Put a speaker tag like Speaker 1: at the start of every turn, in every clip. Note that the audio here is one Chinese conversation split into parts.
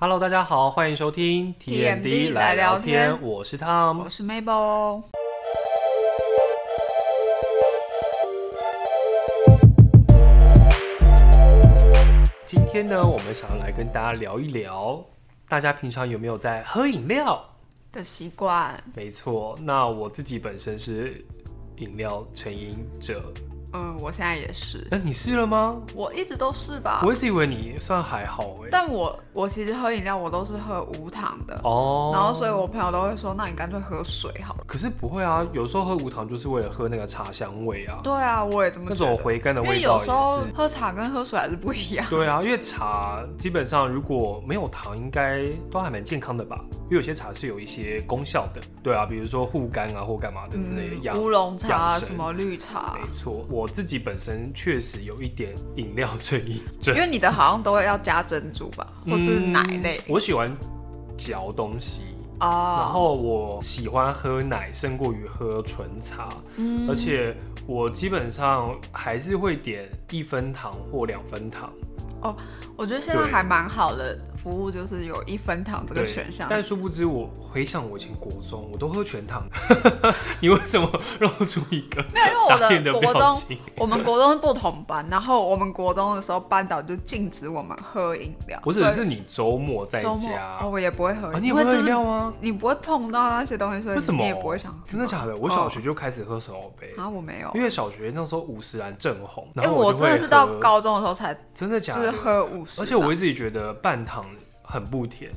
Speaker 1: Hello，大家好，欢迎收听
Speaker 2: TMD
Speaker 1: 来
Speaker 2: 来
Speaker 1: 聊
Speaker 2: 聊天
Speaker 1: 我是汤
Speaker 2: 我。是 Mabel。哦
Speaker 1: 今天呢，我们想要来跟大家聊一聊，大家平常有没有在喝饮料？
Speaker 2: 的习惯，
Speaker 1: 没错，那我自己本身是饮料成瘾者。
Speaker 2: 嗯，我现在也是，
Speaker 1: 那、你是了吗？
Speaker 2: 我一直都是吧。
Speaker 1: 我一直以为你算还好哎、
Speaker 2: 啊但我我其实喝饮料，我都是喝无糖的，
Speaker 1: 哦，
Speaker 2: 然后所以我朋友都会说，那你干脆喝水好了。
Speaker 1: 可是不会啊，有时候喝无糖就是为了喝那个茶香味啊，
Speaker 2: 对啊，我也这么
Speaker 1: 那
Speaker 2: 觉
Speaker 1: 种
Speaker 2: 得。
Speaker 1: 回甘的
Speaker 2: 因为
Speaker 1: 味
Speaker 2: 有
Speaker 1: 道
Speaker 2: 时候
Speaker 1: 也是。
Speaker 2: 喝茶跟喝水还是不一样。
Speaker 1: 对啊，因为茶基本上如果没有糖，应该都还蛮健康的吧？因为有些茶是有一些功效的，对啊，比如说护肝啊或干嘛的 之类的
Speaker 2: 嗯，
Speaker 1: 养。
Speaker 2: 乌龙
Speaker 1: 养
Speaker 2: 茶、
Speaker 1: 生
Speaker 2: 什么绿茶，
Speaker 1: 没错，我自己本身确实有一点饮料成瘾症
Speaker 2: 因，为你的好像都会要加珍珠吧，或是奶类
Speaker 1: 嗯我喜欢嚼东西，然
Speaker 2: 啊。
Speaker 1: 后我喜欢喝奶胜过于喝纯茶，
Speaker 2: 嗯
Speaker 1: 而且我基本上还是会点一分糖或两分糖
Speaker 2: 我觉得现在
Speaker 1: 对
Speaker 2: 还蛮好的服务，就是有一分糖这个
Speaker 1: 对
Speaker 2: 选项。
Speaker 1: 但殊不知我回想我以前国中，我都喝全糖， 你为什么露出一个
Speaker 2: 没有因为我的
Speaker 1: 傻眼的
Speaker 2: 国
Speaker 1: 表
Speaker 2: 中
Speaker 1: 情？
Speaker 2: 我们国中是不同班，然后我们国中的时候，班导就禁止我们喝饮料。
Speaker 1: 我只
Speaker 2: 所以
Speaker 1: 是你周末在
Speaker 2: 周末，
Speaker 1: 家，
Speaker 2: 哦，我也不会喝，
Speaker 1: 啊，你也
Speaker 2: 因
Speaker 1: 不
Speaker 2: 为
Speaker 1: 喝
Speaker 2: 就
Speaker 1: 饮
Speaker 2: 是
Speaker 1: 料吗？
Speaker 2: 你不会碰到那些东西，所以
Speaker 1: 为什么？
Speaker 2: 你也不会想喝。哦
Speaker 1: 真的假的？我小学就开始喝手摇杯，
Speaker 2: 啊，我没有，
Speaker 1: 因为小学那时候五十岚正红，然
Speaker 2: 因为
Speaker 1: 后
Speaker 2: 哎我
Speaker 1: 就
Speaker 2: 真
Speaker 1: 会
Speaker 2: 的是到
Speaker 1: 喝
Speaker 2: 高中的时候才
Speaker 1: 真的假
Speaker 2: 就
Speaker 1: 的
Speaker 2: 是？喝五十，
Speaker 1: 而且我一直觉得半糖很不甜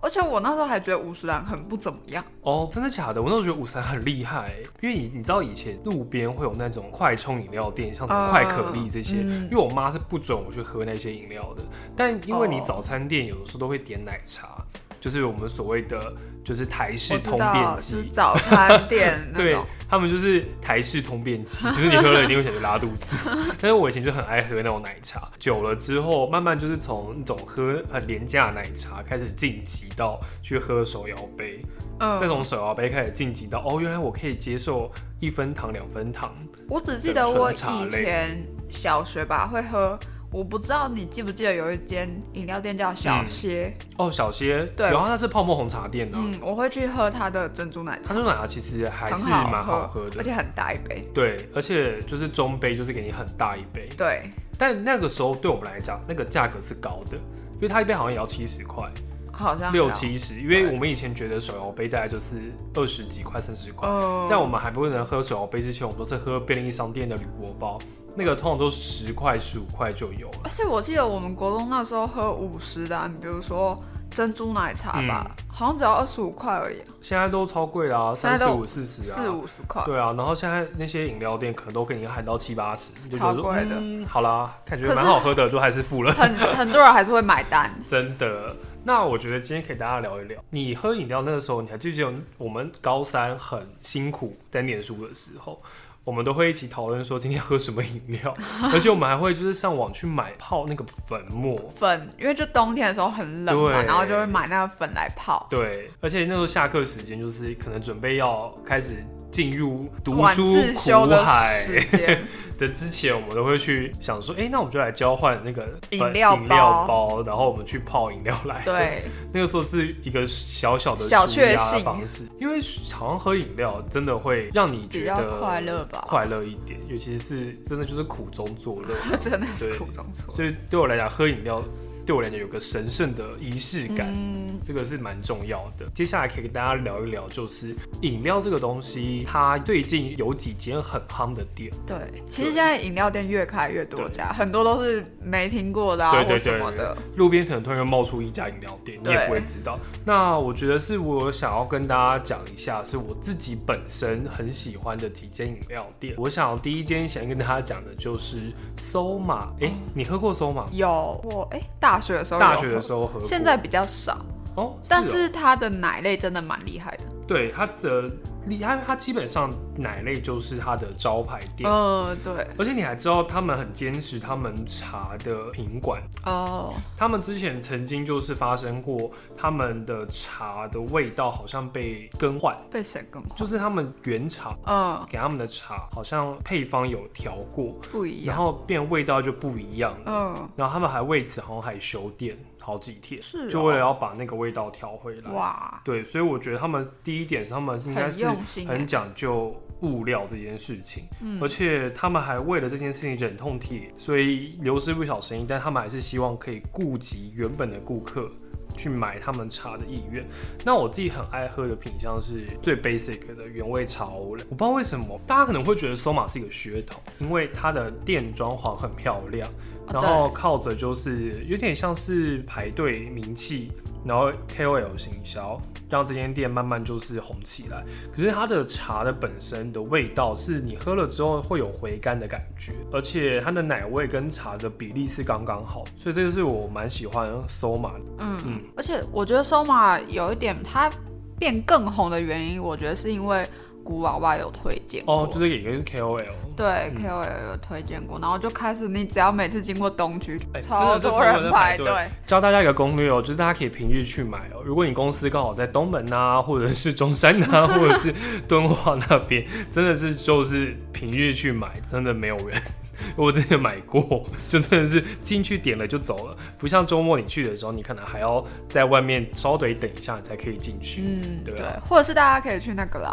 Speaker 2: 而且我那时候还觉得五十兰很不怎么样。
Speaker 1: 哦，真的假的？我那时候觉得五十岚很厉害，因为你你知道以前路边会有那种快冲饮料店，像什么
Speaker 2: 嗯
Speaker 1: 快可丽这些，
Speaker 2: 嗯
Speaker 1: 因为我妈是不准我去喝那些饮料的。但因为你
Speaker 2: 哦
Speaker 1: 早餐店有的时候都会点奶茶，就是我们所谓的就是台
Speaker 2: 我
Speaker 1: 式
Speaker 2: 知
Speaker 1: 通
Speaker 2: 道，
Speaker 1: 便
Speaker 2: 就是
Speaker 1: 机。
Speaker 2: 早餐店 那
Speaker 1: 对
Speaker 2: 种。
Speaker 1: 他们就是台式通便机，就是你喝了一定会想去拉肚 子。但是我以前就很爱喝那种奶茶，久了之后慢慢就是从那种喝很廉价的奶茶开始晋级到去喝手摇杯，再
Speaker 2: 嗯，
Speaker 1: 从手摇杯开始晋级到哦，原来我可以接受一分糖、两分糖。
Speaker 2: 我只记得我
Speaker 1: 纯茶类
Speaker 2: 以前小学吧会喝，我不知道你记不记得有一间饮料店叫小歇。
Speaker 1: 哦，小歇，
Speaker 2: 对
Speaker 1: 然后那是泡沫红茶店呢、啊，
Speaker 2: 嗯，我会去喝它的珍珠奶
Speaker 1: 它
Speaker 2: 茶，
Speaker 1: 这奶茶其实还
Speaker 2: 很
Speaker 1: 是
Speaker 2: 好
Speaker 1: 蛮好喝
Speaker 2: 而
Speaker 1: 的。
Speaker 2: 且很大一杯。
Speaker 1: 对，而且就是中杯，就是给你很大一杯，
Speaker 2: 对，
Speaker 1: 但那个时候对我们来讲，那个价格是高的，因为它一杯好像也要七十块，
Speaker 2: 好像
Speaker 1: 六
Speaker 2: 还好，
Speaker 1: 七十，因为我们以前觉得手摇杯大概就是二十几块、三十块，
Speaker 2: 呃，
Speaker 1: 在我们还不能喝手摇杯之前，我们都是喝便利商店的铝箔包，那个通常都十块、十五块就有了。
Speaker 2: 而且我记得我们国中那时候喝五十的啊、比如说珍珠奶茶吧，
Speaker 1: 嗯
Speaker 2: 好像只要二十五块而已，
Speaker 1: 现在都超贵啦、
Speaker 2: 现
Speaker 1: 三
Speaker 2: 在
Speaker 1: 十
Speaker 2: 都
Speaker 1: 五、四十啊，
Speaker 2: 四五十 块。
Speaker 1: 对啊，然后现在那些饮料店可能都给你喊到七八十，你就觉
Speaker 2: 超
Speaker 1: 得说
Speaker 2: 贵的
Speaker 1: 嗯，好啦，感觉
Speaker 2: 可是
Speaker 1: 蛮好喝的，就还是付了，
Speaker 2: 很很多人还是会买单，
Speaker 1: 真的。那我觉得今天可以大家聊一聊，你喝饮料那个时候，你还记不记得我们高三很辛苦在念书的时候，我们都会一起讨论说今天喝什么饮 料，而且我们还会就是上网去买泡那个粉末，
Speaker 2: 粉，因为就冬天的时候很冷嘛，
Speaker 1: 对
Speaker 2: 然后就会买那个粉来泡。
Speaker 1: 对，而且那时候下课时间就是可能准备要开始进入读
Speaker 2: 晚
Speaker 1: 书
Speaker 2: 自修
Speaker 1: 苦
Speaker 2: 的
Speaker 1: 海，
Speaker 2: 时间，
Speaker 1: 的之前，我们都会去想说，哎、那我们就来交换那个粉
Speaker 2: 饮料包
Speaker 1: 饮料包，然后我们去泡饮料来。，
Speaker 2: 对，
Speaker 1: 那个时候是一个小小的
Speaker 2: 小
Speaker 1: 舒
Speaker 2: 确
Speaker 1: 压
Speaker 2: 幸
Speaker 1: 方式，因为好像喝饮料真的会让你觉
Speaker 2: 比
Speaker 1: 得
Speaker 2: 较快乐吧
Speaker 1: 快乐一点，尤其是真的就是苦中作乐。
Speaker 2: 真的是
Speaker 1: 对
Speaker 2: 苦中作乐。
Speaker 1: 所以对我来讲，喝饮料对我来讲有个神圣的仪式感。
Speaker 2: 嗯，
Speaker 1: 这个是蛮重要的。接下来可以跟大家聊一聊，就是饮料这个东西，它最近有几间很夯的店，
Speaker 2: 对，其实
Speaker 1: 对
Speaker 2: 现在饮料店越开越多
Speaker 1: 对
Speaker 2: 家，很多都是没听过的啊，
Speaker 1: 对对
Speaker 2: 或什
Speaker 1: 对
Speaker 2: 么的。
Speaker 1: 路边可能突然又冒出一家饮料店，你也
Speaker 2: 对
Speaker 1: 不会知道。那我觉得是我想要跟大家讲一下，是我自己本身很喜欢的几间饮料店。我想第一间想跟大家讲的就是搜
Speaker 2: 哦
Speaker 1: 马，哎、你喝过搜马？
Speaker 2: 有我哎、大学的时候有喝，
Speaker 1: 大学的时候喝过，
Speaker 2: 现在比较少，
Speaker 1: 哦，
Speaker 2: 但
Speaker 1: 哦
Speaker 2: 是它的奶类真的蛮厉害的。
Speaker 1: 对它的厉害，它基本上奶类就是它的招牌店。
Speaker 2: 嗯，对，
Speaker 1: 而且你还知道，他们很坚持他们茶的品管
Speaker 2: 哦，
Speaker 1: 他们之前曾经就是发生过，他们的茶的味道好像被更换，
Speaker 2: 被谁更快？
Speaker 1: 就是他们原茶
Speaker 2: 嗯，
Speaker 1: 给他们的茶好像配方有调过，
Speaker 2: 不一
Speaker 1: 然
Speaker 2: 样。
Speaker 1: 后变味道就不一样了。
Speaker 2: 嗯，
Speaker 1: 然后他们还为此好像还修店，好几天，
Speaker 2: 是哦
Speaker 1: 就为了要把那个味道调回来。
Speaker 2: 哇，
Speaker 1: 对，所以我觉得他们第一点是他们是应该
Speaker 2: 很
Speaker 1: 是
Speaker 2: 用心
Speaker 1: 很
Speaker 2: 欸，
Speaker 1: 讲究物料这件事情，
Speaker 2: 嗯
Speaker 1: 而且他们还为了这件事情忍痛帖，所以流失不少生意，但他们还是希望可以顾及原本的顾客。去买他们茶的意愿。那我自己很爱喝的品相是最 basic 的原味茶欧蕾。我不知道为什么，大家可能会觉得索马是一个噱头，因为它的店装潢很漂亮，
Speaker 2: 哦
Speaker 1: 然后靠着就是有点像是排队名气，然后 KOL 行销，让这间店慢慢就是红起来。可是它的茶的本身的味道是你喝了之后会有回甘的感觉，而且它的奶味跟茶的比例是刚刚好，所以这个是我蛮喜欢 Soma 的。
Speaker 2: 嗯
Speaker 1: 嗯
Speaker 2: 而且我觉得 Soma 有一点它变更红的原因，我觉得是因为古老外有推荐过
Speaker 1: 哦，就是也跟 KOL。
Speaker 2: 对
Speaker 1: 嗯
Speaker 2: KOL 有推荐过，然后就开始你只要每次经过东区，
Speaker 1: 哎
Speaker 2: 超
Speaker 1: 真的是
Speaker 2: 多
Speaker 1: 超多
Speaker 2: 人
Speaker 1: 人
Speaker 2: 排
Speaker 1: 排
Speaker 2: 队
Speaker 1: 队，教大家一个攻略哦，就是大家可以平日去买哦。如果你公司刚好在东门啊，或者是 中山啊，或者是敦化那边，真的是就是平日去买，真的没有人。 我之前买过，就真的是进去点了就走了，不像周末你去的时候，你可能还要在外面稍微等一下你才可以进去。
Speaker 2: 嗯，
Speaker 1: 对
Speaker 2: 对
Speaker 1: 啊，
Speaker 2: 或者是大家可以去那个啦，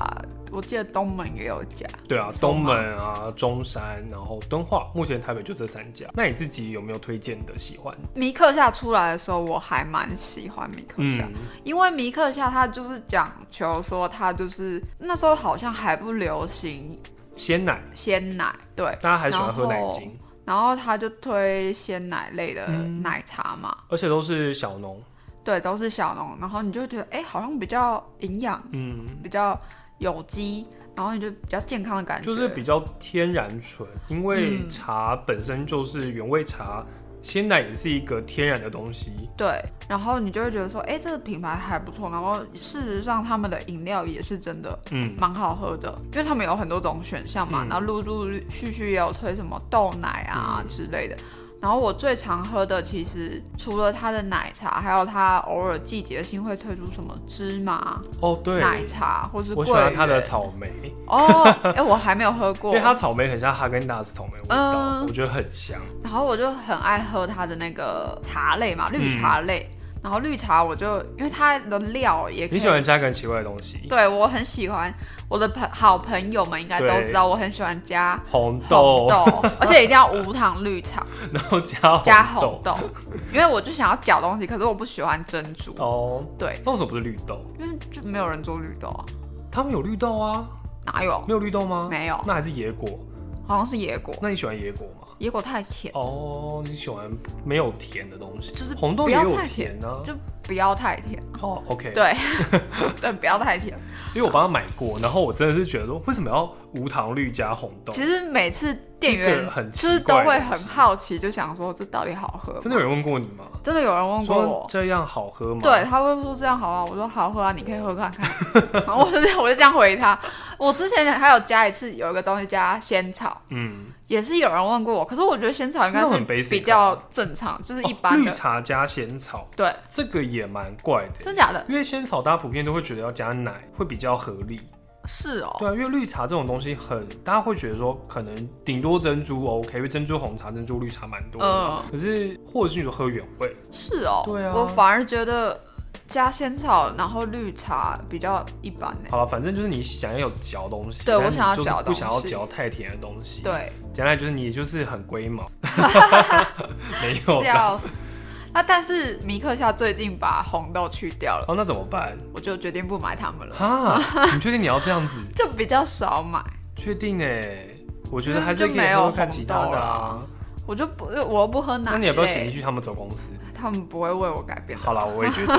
Speaker 2: 我记得东门也有家，
Speaker 1: 对啊，
Speaker 2: 手
Speaker 1: 东
Speaker 2: 吗
Speaker 1: 门啊、中山，然后敦化，目前台北就这三家。那你自己有没有推荐的喜欢？
Speaker 2: 米克夏出来的时候，我还蛮喜欢米克
Speaker 1: 嗯
Speaker 2: 夏，因为米克夏他就是讲求说他就是那时候好像还不流行
Speaker 1: 鲜奶，
Speaker 2: 鲜奶，对，
Speaker 1: 大家还喜欢喝
Speaker 2: 然
Speaker 1: 奶
Speaker 2: 后
Speaker 1: 精。
Speaker 2: 然后他就推鲜奶类的
Speaker 1: 嗯
Speaker 2: 奶茶嘛，
Speaker 1: 而且都是小农，
Speaker 2: 对，都是小农，然后你就会觉得哎、诶好像比较营养，
Speaker 1: 嗯，
Speaker 2: 比较有机，然后你就比较健康的感觉，
Speaker 1: 就是比较天然纯，因为
Speaker 2: 嗯
Speaker 1: 茶本身就是原味茶，鲜奶也是一个天然的东西，
Speaker 2: 对，然后你就会觉得说，哎、这个品牌还不错。然后事实上，他们的饮料也是真的
Speaker 1: 嗯，
Speaker 2: 蛮好喝的，因为他们有很多种选项嘛，
Speaker 1: 嗯
Speaker 2: 然后陆陆续续也有推什么豆奶啊
Speaker 1: 嗯
Speaker 2: 之类的。然后我最常喝的，其实除了它的奶茶，还有它偶尔季节性会推出什么芝麻
Speaker 1: 哦对，
Speaker 2: 奶茶，或是
Speaker 1: 我
Speaker 2: 桂
Speaker 1: 喜欢它的
Speaker 2: 圆
Speaker 1: 草莓，
Speaker 2: 哦，哎、我还没有喝
Speaker 1: 因
Speaker 2: 过
Speaker 1: 为。它草莓很像哈根达斯草莓的味道，我
Speaker 2: 嗯
Speaker 1: 觉得很香，
Speaker 2: 然后我就很爱喝它的那个茶类嘛，绿
Speaker 1: 嗯
Speaker 2: 茶类。然后绿茶我就因为它的料也可
Speaker 1: 你
Speaker 2: 以
Speaker 1: 喜欢加个很奇怪的东西，
Speaker 2: 对我很喜欢，我的朋好朋友们应该都
Speaker 1: 对
Speaker 2: 知道，我很喜欢加
Speaker 1: 红
Speaker 2: 红
Speaker 1: 豆，
Speaker 2: 豆， 而且一定要无糖绿茶
Speaker 1: 然后加
Speaker 2: 加
Speaker 1: 豆
Speaker 2: 红，豆，因为我就想要搅东西，可是我不喜欢珍珠，
Speaker 1: 哦，
Speaker 2: 对，
Speaker 1: 那为什么不是绿豆？
Speaker 2: 因为就没有人做绿豆啊，
Speaker 1: 他们有绿豆啊，
Speaker 2: 哪有？
Speaker 1: 没有绿豆吗？
Speaker 2: 没有，
Speaker 1: 那还是野果，
Speaker 2: 好像是野果，
Speaker 1: 那你喜欢野果吗？
Speaker 2: 野果太甜，
Speaker 1: 哦，你喜欢没有甜的东西，
Speaker 2: 就是
Speaker 1: 红豆
Speaker 2: 不
Speaker 1: 也
Speaker 2: 要
Speaker 1: 有
Speaker 2: 太
Speaker 1: 甜呢、
Speaker 2: 就不要太甜，
Speaker 1: 哦，OK，
Speaker 2: 对， 对，不要太甜。
Speaker 1: 因为我帮他买过，然后我真的是觉得说，为什么要无糖绿加红豆？
Speaker 2: 其实每次店
Speaker 1: 一
Speaker 2: 员
Speaker 1: 个很
Speaker 2: 就是
Speaker 1: 奇
Speaker 2: 都
Speaker 1: 怪的
Speaker 2: 会
Speaker 1: 东
Speaker 2: 很
Speaker 1: 西
Speaker 2: 好奇，就想说这到底好喝吗？
Speaker 1: 真的有人问过你吗？
Speaker 2: 真的有人问过我
Speaker 1: 说，这样好喝吗？
Speaker 2: 对，，他会说这样好啊，我说好喝啊，你可以喝看看。然后我就这样，我就这样回他。我之前还有加一次有一个东西加仙草，
Speaker 1: 嗯，
Speaker 2: 也是有人问过我，可是我觉得仙草应该
Speaker 1: 那种
Speaker 2: 是
Speaker 1: 很 basic
Speaker 2: 比较正常，就是一
Speaker 1: 哦
Speaker 2: 般
Speaker 1: 绿
Speaker 2: 的。
Speaker 1: 茶加仙草，
Speaker 2: 对，
Speaker 1: 这个也蛮怪的。
Speaker 2: 真假的？
Speaker 1: 因为仙草大家普遍都会觉得要加奶会比较合理，
Speaker 2: 是哦，
Speaker 1: 对啊，因为绿茶这种东西很，大家会觉得说可能顶多珍珠 OK，因为珍珠红茶、珍珠绿茶蛮多的
Speaker 2: 嗯
Speaker 1: 嘛，可是或者是你喝原味，
Speaker 2: 是哦。
Speaker 1: 对啊
Speaker 2: 我反而觉得加仙草，然后绿茶比较一般欸呢。
Speaker 1: 好了，反正就是你想要嚼东西，
Speaker 2: 对我
Speaker 1: 但你
Speaker 2: 想要
Speaker 1: 就是
Speaker 2: 嚼
Speaker 1: 不
Speaker 2: 东
Speaker 1: 想要
Speaker 2: 西
Speaker 1: 嚼太甜的东西，
Speaker 2: 对，
Speaker 1: 简单来就是你就是很龟 毛，没有啦。
Speaker 2: 笑死。那但是米克夏最近把红豆去掉了，
Speaker 1: 哦，那怎么办？
Speaker 2: 我就决定不买它们了，
Speaker 1: 哈，你确定你要这样子？
Speaker 2: 就比较少买。
Speaker 1: 确定哎、我觉得还是
Speaker 2: 嗯就
Speaker 1: 可以
Speaker 2: 没有
Speaker 1: 喝喝看其他的啊。
Speaker 2: 我就不，我又不喝奶类。
Speaker 1: 那你也不要请一句他们走公司。
Speaker 2: 他们不会为我改变的。
Speaker 1: 好啦，我也觉 得。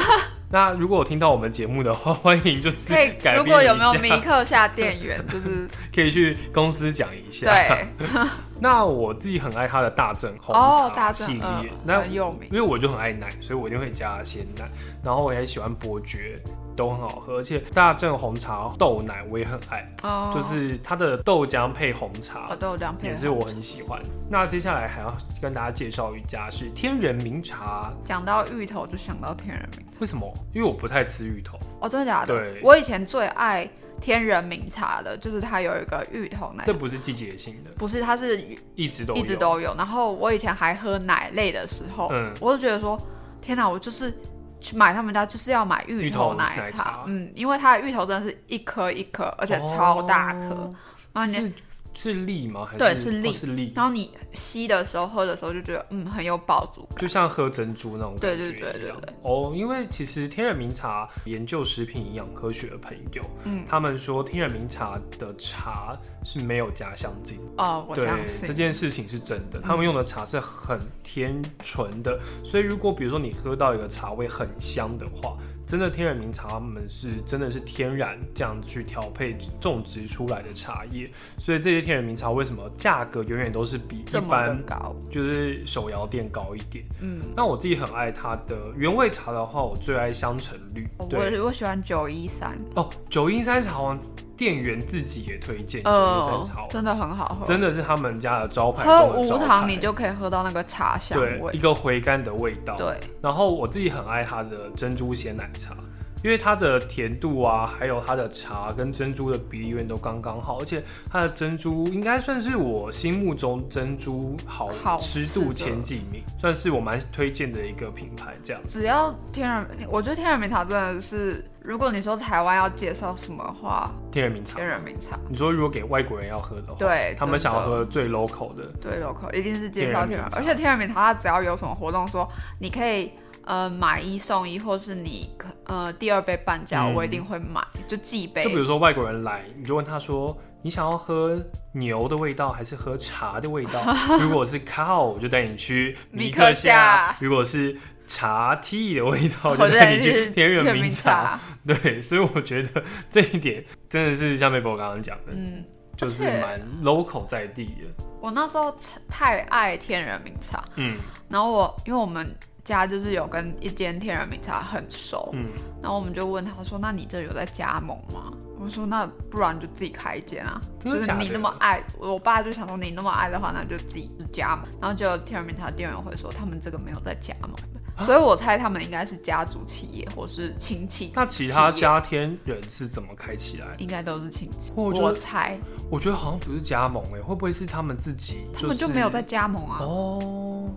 Speaker 1: 那如果有听到我们节目的话， 欢迎就是
Speaker 2: 可以
Speaker 1: 改变，
Speaker 2: 如果有没有
Speaker 1: 一
Speaker 2: 米
Speaker 1: 下，
Speaker 2: 克夏店员，就是
Speaker 1: 可以去公司讲一 下。，
Speaker 2: 对
Speaker 1: 那我自己很爱它的大正红
Speaker 2: 哦，大
Speaker 1: 茶系
Speaker 2: 正
Speaker 1: 列。
Speaker 2: 嗯
Speaker 1: 那
Speaker 2: 很有名
Speaker 1: 因为我就很爱奶，所以我一定会加鲜奶。然后我也喜欢伯爵，都很好喝，而且大正红茶豆奶我也很爱，
Speaker 2: 哦，
Speaker 1: 就是它的豆浆配红
Speaker 2: 哦
Speaker 1: 茶。
Speaker 2: 豆浆配
Speaker 1: 也
Speaker 2: 合
Speaker 1: 是我很喜欢。那接下来还要跟大家介绍一家是天人名茶，
Speaker 2: 讲到芋头就想到天人茗
Speaker 1: 为什么？因为我不太吃芋头，
Speaker 2: 哦，真的假的？
Speaker 1: 对
Speaker 2: 我以前最爱天人茗茶的，就是它有一个芋头奶
Speaker 1: 这，不是季节性的，
Speaker 2: 不是，它是
Speaker 1: 一直都有
Speaker 2: 一直都有。然后我以前还喝奶类的时候，
Speaker 1: 嗯
Speaker 2: 我就觉得说天哪，我就是去买他们家就是要买芋头奶茶，
Speaker 1: 芋头奶茶
Speaker 2: 嗯，因为它的芋头真的是一颗一颗，而且超大颗，
Speaker 1: 哦
Speaker 2: 然啊后你
Speaker 1: 是是粒吗？还是
Speaker 2: 对是粒
Speaker 1: 哦是粒，
Speaker 2: 然后你吸的时候喝的时候就觉得嗯很有饱足感，
Speaker 1: 就像喝珍珠那种感觉
Speaker 2: 对对对
Speaker 1: 一样
Speaker 2: 对对
Speaker 1: 哦，因为其实天然茗茶研究食品营养科学的朋友，
Speaker 2: 嗯
Speaker 1: 他们说天然茗茶的茶是没有加香精，
Speaker 2: 哦，我
Speaker 1: 对
Speaker 2: 相
Speaker 1: 这
Speaker 2: 信，嗯
Speaker 1: 件事情是真的。他们用的茶是很天纯的，所以如果比如说你喝到一个茶味很香的话，真的天然茗茶他们是真的是天然这样去调配种植出来的茶叶，所以这些天然茗茶为什么价格永远都是比一
Speaker 2: 这么的
Speaker 1: 般
Speaker 2: 高，
Speaker 1: 就是手摇店高一点？
Speaker 2: 嗯，
Speaker 1: 那我自己很爱它的原味茶的话，我最爱香橙绿。对
Speaker 2: 哦我我喜欢九一三，
Speaker 1: 哦，九阴山茶王店员自己也推荐九阴山
Speaker 2: 呃
Speaker 1: 茶，王，
Speaker 2: 真的很好喝，
Speaker 1: 真的是他们家的招牌
Speaker 2: 喝
Speaker 1: 中的
Speaker 2: 无
Speaker 1: 招
Speaker 2: 糖
Speaker 1: 牌
Speaker 2: 你就可以喝到那个茶香
Speaker 1: 对
Speaker 2: 味
Speaker 1: 一，个回甘的味道。
Speaker 2: 对，
Speaker 1: 然后我自己很爱它的珍珠鲜奶茶，因为它的甜度啊，还有它的茶跟珍珠的比例永远都刚刚好，而且它的珍珠应该算是我心目中珍珠好
Speaker 2: 好
Speaker 1: 吃
Speaker 2: 吃
Speaker 1: 度
Speaker 2: 的
Speaker 1: 前几名，算是我蛮推荐的一个品牌。这样
Speaker 2: 只要天然，我觉得天然茗茶真的是，如果你说台湾要介绍什么的话，
Speaker 1: 天然名茶
Speaker 2: 天，然茗茶
Speaker 1: 你说如果给外国人要喝的话，
Speaker 2: 对
Speaker 1: 他们
Speaker 2: 真
Speaker 1: 想
Speaker 2: 的
Speaker 1: 要喝最 local 的，
Speaker 2: 对 local 一定是介绍
Speaker 1: 天
Speaker 2: 天
Speaker 1: 然茗，
Speaker 2: 然
Speaker 1: 茶
Speaker 2: 而且天然茗茶它只要有什么活动说你可以。呃，买一送一，或是你可呃第二杯半价，
Speaker 1: 嗯
Speaker 2: 我一定会买，就寄杯
Speaker 1: 就比。如说外国人来，你就问他说：“你想要喝牛的味道还是喝茶的味 道？”如果是 cow，我就带你去
Speaker 2: 米
Speaker 1: 克
Speaker 2: 克夏
Speaker 1: 如果是茶 tea 的味道，
Speaker 2: 我
Speaker 1: 就
Speaker 2: 觉
Speaker 1: 带
Speaker 2: 得
Speaker 1: 你去
Speaker 2: 是
Speaker 1: 天人
Speaker 2: 茗
Speaker 1: 茗茶。， 对，所以我觉得这一点真的是像美博刚刚讲的，
Speaker 2: 嗯，
Speaker 1: 就
Speaker 2: 而
Speaker 1: 是
Speaker 2: 且
Speaker 1: 蛮 local 在地的。
Speaker 2: 我那时候太爱天然茗茶，
Speaker 1: 嗯
Speaker 2: 然后我因为我们家就是有跟一间天然茗茶很熟，
Speaker 1: 嗯，
Speaker 2: 然后我们就问他说：“那你这有在加盟吗？”我说：“那不然你就自己开一间啊，
Speaker 1: 真
Speaker 2: 就
Speaker 1: 的
Speaker 2: 是
Speaker 1: 假的
Speaker 2: 你那么爱。”我爸就想说：“你那么爱的话，那就自己加盟。”然后就天人茗茶店员会说：“他们这个没有在加盟
Speaker 1: 啊
Speaker 2: 的，所以我猜他们应该是家族企业或是亲戚。”
Speaker 1: 那其他家天人是怎么开起来？
Speaker 2: 应该都是亲戚，
Speaker 1: 我
Speaker 2: 我
Speaker 1: 觉得
Speaker 2: 猜
Speaker 1: 我觉得好像不是加盟哎、欸，会不会是他们自己、就是？
Speaker 2: 他们就没有在加盟啊。
Speaker 1: 哦，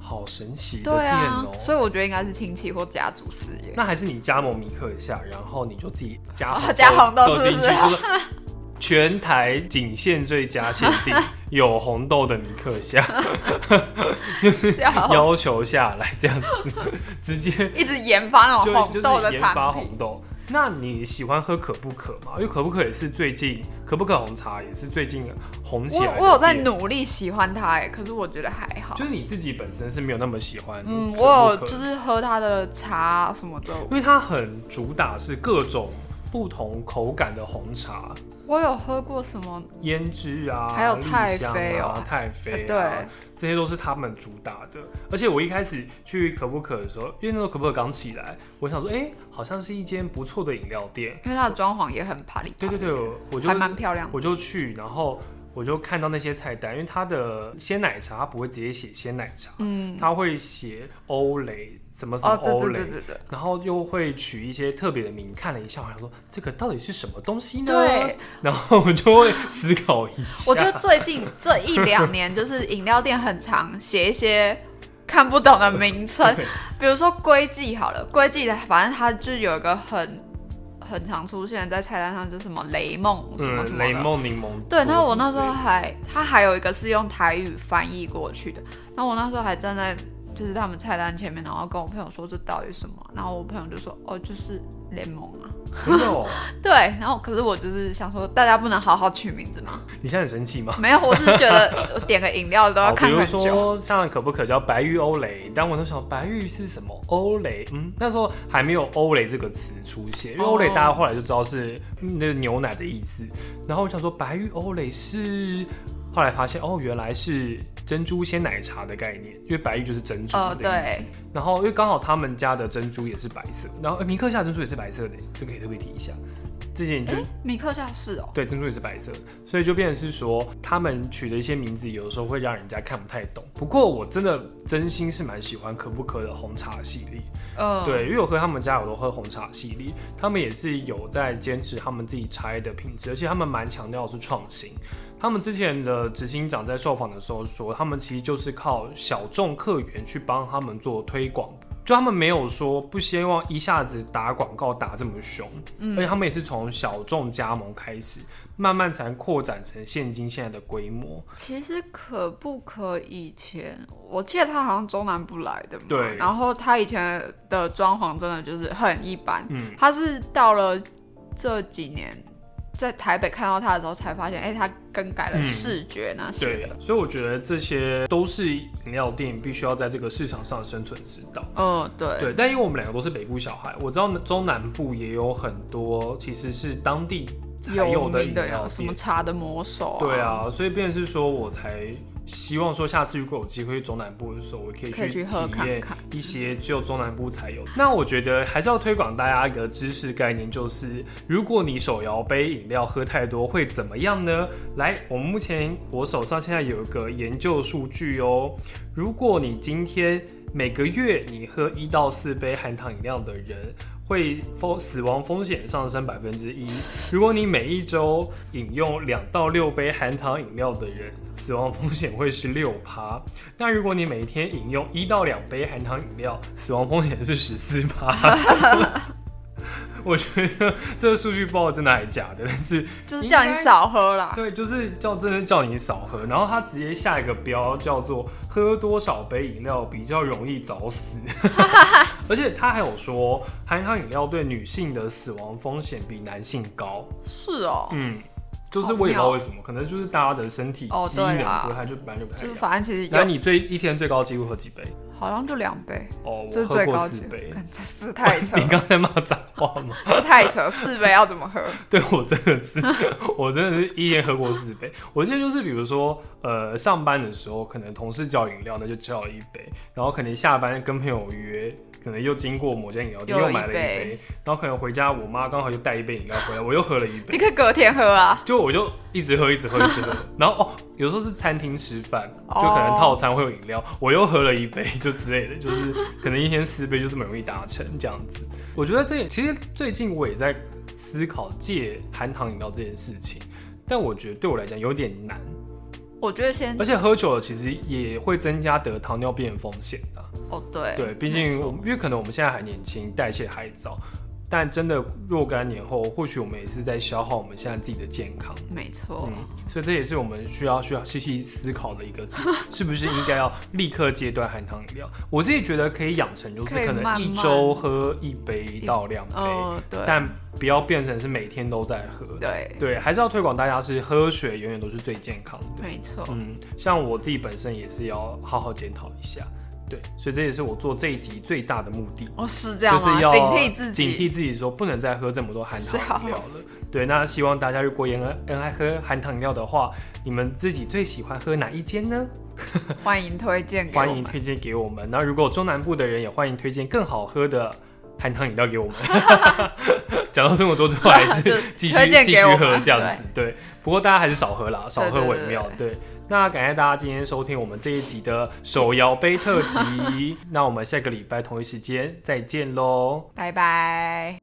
Speaker 1: 好神奇的
Speaker 2: 对
Speaker 1: 店
Speaker 2: 啊
Speaker 1: 哦、，
Speaker 2: 所以我觉得应该是亲戚或家族事业。
Speaker 1: 那还是你加盟米克一下，然后你就自己加红豆、
Speaker 2: 哦加红豆
Speaker 1: 进去，
Speaker 2: 是不是
Speaker 1: 就是全台仅限最佳限定有红豆的米克虾， 就是
Speaker 2: 笑死
Speaker 1: 要求下来这样 子，直接
Speaker 2: 一直研发那
Speaker 1: 就
Speaker 2: 种哦红
Speaker 1: 就
Speaker 2: 豆
Speaker 1: 是
Speaker 2: 的
Speaker 1: 研发
Speaker 2: 产
Speaker 1: 红
Speaker 2: 品，
Speaker 1: 豆。那你喜欢喝可不可吗？因为可不可也是最近可不可红茶也是最近红起来的
Speaker 2: 我我有在
Speaker 1: 店
Speaker 2: 努力喜欢它哎，可是我觉得还好。
Speaker 1: 就是你自己本身是没有那么喜欢可不可的，
Speaker 2: 嗯，我有就是喝它的茶什么的，
Speaker 1: 因为它很主打是各种不同口感的红茶，
Speaker 2: 我有喝过什么？
Speaker 1: 胭脂啊，
Speaker 2: 还有
Speaker 1: 栗
Speaker 2: 太
Speaker 1: 香
Speaker 2: 妃
Speaker 1: 啊
Speaker 2: 哦，
Speaker 1: 太妃、啊，
Speaker 2: 对，
Speaker 1: 这些都是他们主打的。而且我一开始去可不可的时候，因为那时候可不可刚起来，我想说，哎、好像是一间不错的饮料店。
Speaker 2: 因为它的装潢也很啪里啪
Speaker 1: 对
Speaker 2: 里，
Speaker 1: 对对，我我就
Speaker 2: 还蛮漂亮的。
Speaker 1: 我就去，然后我就看到那些菜单，因为它的鲜奶茶它不会直接写鲜奶茶，
Speaker 2: 嗯，
Speaker 1: 它会写欧蕾什么什么
Speaker 2: 哦，对
Speaker 1: 欧
Speaker 2: 对
Speaker 1: 蕾
Speaker 2: 对，对对。
Speaker 1: 然后又会取一些特别的名，看了一下，我想说这个到底是什么东西呢？
Speaker 2: 对，
Speaker 1: 然后我就会思考一下。嗯
Speaker 2: 我觉得 最近这一两年，就是饮料店很常写一些看不懂的名称
Speaker 1: 对，
Speaker 2: 比如说龟记好了，龟记反正它就有一个很很常出现在菜单上，就是什么雷梦什么什
Speaker 1: 嗯，
Speaker 2: 么
Speaker 1: 雷
Speaker 2: 的，
Speaker 1: 梦柠檬。
Speaker 2: 对，然后我那时候，还，他还有一个是用台语翻译过去的，然后我那时候还站在就是他们菜单前面，然后跟我朋友说这到底什么，然后我朋友就说哦就是联盟啊，
Speaker 1: 真的哦，
Speaker 2: 对，然后可是我就是想说大家不能好好取名字吗？
Speaker 1: 你现在很生气吗？
Speaker 2: 没有，我只是觉得我点个饮料都要
Speaker 1: 好比
Speaker 2: 看
Speaker 1: 如
Speaker 2: 很久，
Speaker 1: 说像可不可叫白玉欧蕾，但我那时候白玉是什么欧蕾？嗯，那时候还没有欧蕾这个词出现，因为
Speaker 2: 哦
Speaker 1: 欧蕾大家后来就知道是嗯那个牛奶的意思。然后我想说白玉欧蕾是，后来发现哦原来是珍珠鲜奶茶的概念，因为白玉就是珍珠的
Speaker 2: 哦
Speaker 1: 意思。
Speaker 2: 对，
Speaker 1: 然后因为刚好他们家的珍珠也是白色，然后、呃米克夏珍珠也是白色的，这个也特别提一下。这件就是
Speaker 2: 米克夏是哦，
Speaker 1: 对，珍珠也是白色的，所以就变成是说，他们取的一些名字，有的时候会让人家看不太懂。不过我真的真心是蛮喜欢可不可的红茶系列，
Speaker 2: 嗯，
Speaker 1: 对，因为我喝他们家，我都喝红茶系列，他们也是有在坚持他们自己茶叶的品质，而且他们蛮强调的是创新。他们之前的执行长在受访的时候说，他们其实就是靠小众客源去帮他们做推广就他们没有说不希望一下子打广告打这么凶，
Speaker 2: 嗯
Speaker 1: 而且他们也是从小众加盟开始，慢慢才扩展成现今现在的规模。
Speaker 2: 其实可不可以前，我记得他好像中南部来的嘛，
Speaker 1: 对
Speaker 2: 然后他以前的装潢真的就是很一般，
Speaker 1: 嗯，
Speaker 2: 他是到了这几年在台北看到他的时候，才发现，哎、他更改了
Speaker 1: 嗯
Speaker 2: 视觉那些
Speaker 1: 对
Speaker 2: 的。，
Speaker 1: 所以我觉得这些都是饮料店必须要在这个市场上生存之道。
Speaker 2: 嗯，对，
Speaker 1: 对，但因为我们两个都是北部小孩，我知道中南部也有很多其实是当地才有的
Speaker 2: 名
Speaker 1: 饮
Speaker 2: 的
Speaker 1: 料
Speaker 2: 有什么
Speaker 1: 店。
Speaker 2: 茶的魔手、
Speaker 1: 对，啊，所以便是说，我才希望说，下次如果有机会去中南部的时候，我可以
Speaker 2: 可以
Speaker 1: 去
Speaker 2: 去喝
Speaker 1: 体
Speaker 2: 看
Speaker 1: 验
Speaker 2: 看。
Speaker 1: 一些只有中南部才有。那我觉得还是要推广大家一个知识概念，就是如果你手摇杯饮料喝太多会怎么样呢？来，我们目前我手上现在有一个研究数据哦，如果你今天每个月你喝一到四杯含糖饮料的人。会风死亡风险上升百分之一。如果你每一周饮用两到六杯含糖饮料的人，死亡风险会是六趴。那如果你每天饮用一到两杯含糖饮料，死亡风险是十四趴。 我觉得这个数据报真的还假的，但是
Speaker 2: 就是叫你少喝啦。
Speaker 1: 对，就是叫真的叫你少喝，然后他直接下一个标叫做喝多少杯饮料比较容易早 死，而且他还有说含糖饮料对女性的死亡风险比男性高。
Speaker 2: 是哦、
Speaker 1: 嗯，就是我也不知道为什么，可能就是大家的身体
Speaker 2: 哦
Speaker 1: 机能
Speaker 2: 对啦
Speaker 1: 不太就本来就不太
Speaker 2: 就
Speaker 1: 一
Speaker 2: 是
Speaker 1: 样。
Speaker 2: 反正其实
Speaker 1: 然后
Speaker 2: 有，
Speaker 1: 你最一天最高纪录喝几杯？
Speaker 2: 好像就两杯，
Speaker 1: 哦，
Speaker 2: 这
Speaker 1: 我
Speaker 2: 是
Speaker 1: 喝
Speaker 2: 最
Speaker 1: 过
Speaker 2: 高
Speaker 1: 四
Speaker 2: 级的。
Speaker 1: 杯。
Speaker 2: 干这是太扯，
Speaker 1: 你刚才骂脏话吗？
Speaker 2: 这太扯，四杯要怎么喝？
Speaker 1: 对我真的是， 我真的是一天喝过四杯。我记得就是，比如说，呃，上班的时候可能同事叫饮料，那就叫了一杯，然后可能下班跟朋友约，可能又经过某间饮料店
Speaker 2: 又
Speaker 1: 又买了一
Speaker 2: 一杯
Speaker 1: 杯，然后可能回家我妈刚好又带一杯饮料回来，我又喝了一杯
Speaker 2: 你。可以隔天喝啊。
Speaker 1: 就我就一直喝，一直喝，一直喝。然后哦，有时候是餐厅吃饭，就
Speaker 2: 哦
Speaker 1: 可能套餐会有饮料，我又喝了一杯，就之类的，就是可能一天四杯就这么容易达成这样子。我觉得这也其实最近我也在思考戒含糖饮料这件事情，但我觉得对我来讲有点难，
Speaker 2: 我觉得先
Speaker 1: 而且喝久了其实也会增加得糖尿病的风险啊。
Speaker 2: 哦，对
Speaker 1: 对，毕竟我们因为可能我们现在还年轻，代谢还早，但真的若干年后，或许我们也是在消耗我们现在自己的健康。
Speaker 2: 没错，
Speaker 1: 嗯，所以这也是我们需要需要细细思考的一个 点，是不是应该要立刻戒断含糖饮料？我自己觉得可以养成，就是
Speaker 2: 可以
Speaker 1: 可能
Speaker 2: 慢
Speaker 1: 一
Speaker 2: 慢
Speaker 1: 周喝一杯到两杯，
Speaker 2: 嗯，对
Speaker 1: 但不要变成是每天都在喝。
Speaker 2: 对，
Speaker 1: 对，还是要推广大家是喝水永远都是最健康的。
Speaker 2: 没错。
Speaker 1: 嗯，像我自己本身也是要好好检讨一下。对，所以这也是我做这一集最大的目的。
Speaker 2: 哦，是这样
Speaker 1: 就
Speaker 2: 吗？
Speaker 1: 是要
Speaker 2: 警惕自己，
Speaker 1: 警
Speaker 2: 啊
Speaker 1: 惕自己说不能再喝这么多含糖饮料
Speaker 2: 笑
Speaker 1: 了。对，那希望大家如果也很很爱喝含糖饮料的话，你们自己最喜欢喝哪一间呢？
Speaker 2: 欢迎推荐给我
Speaker 1: 欢迎
Speaker 2: 们。
Speaker 1: 推荐给我们。那如果中南部的人也欢迎推荐更好喝的含糖饮料 给我们。讲到这么多之后，还是
Speaker 2: 就
Speaker 1: 继续
Speaker 2: 推荐
Speaker 1: 继
Speaker 2: 给
Speaker 1: 续
Speaker 2: 我们
Speaker 1: 喝这样子。对，不过大家还是少喝啦，少喝为妙。对，那感谢大家今天收听我们这一集的手摇杯特辑。那我们下个礼拜同一时间再见喽。
Speaker 2: 拜拜。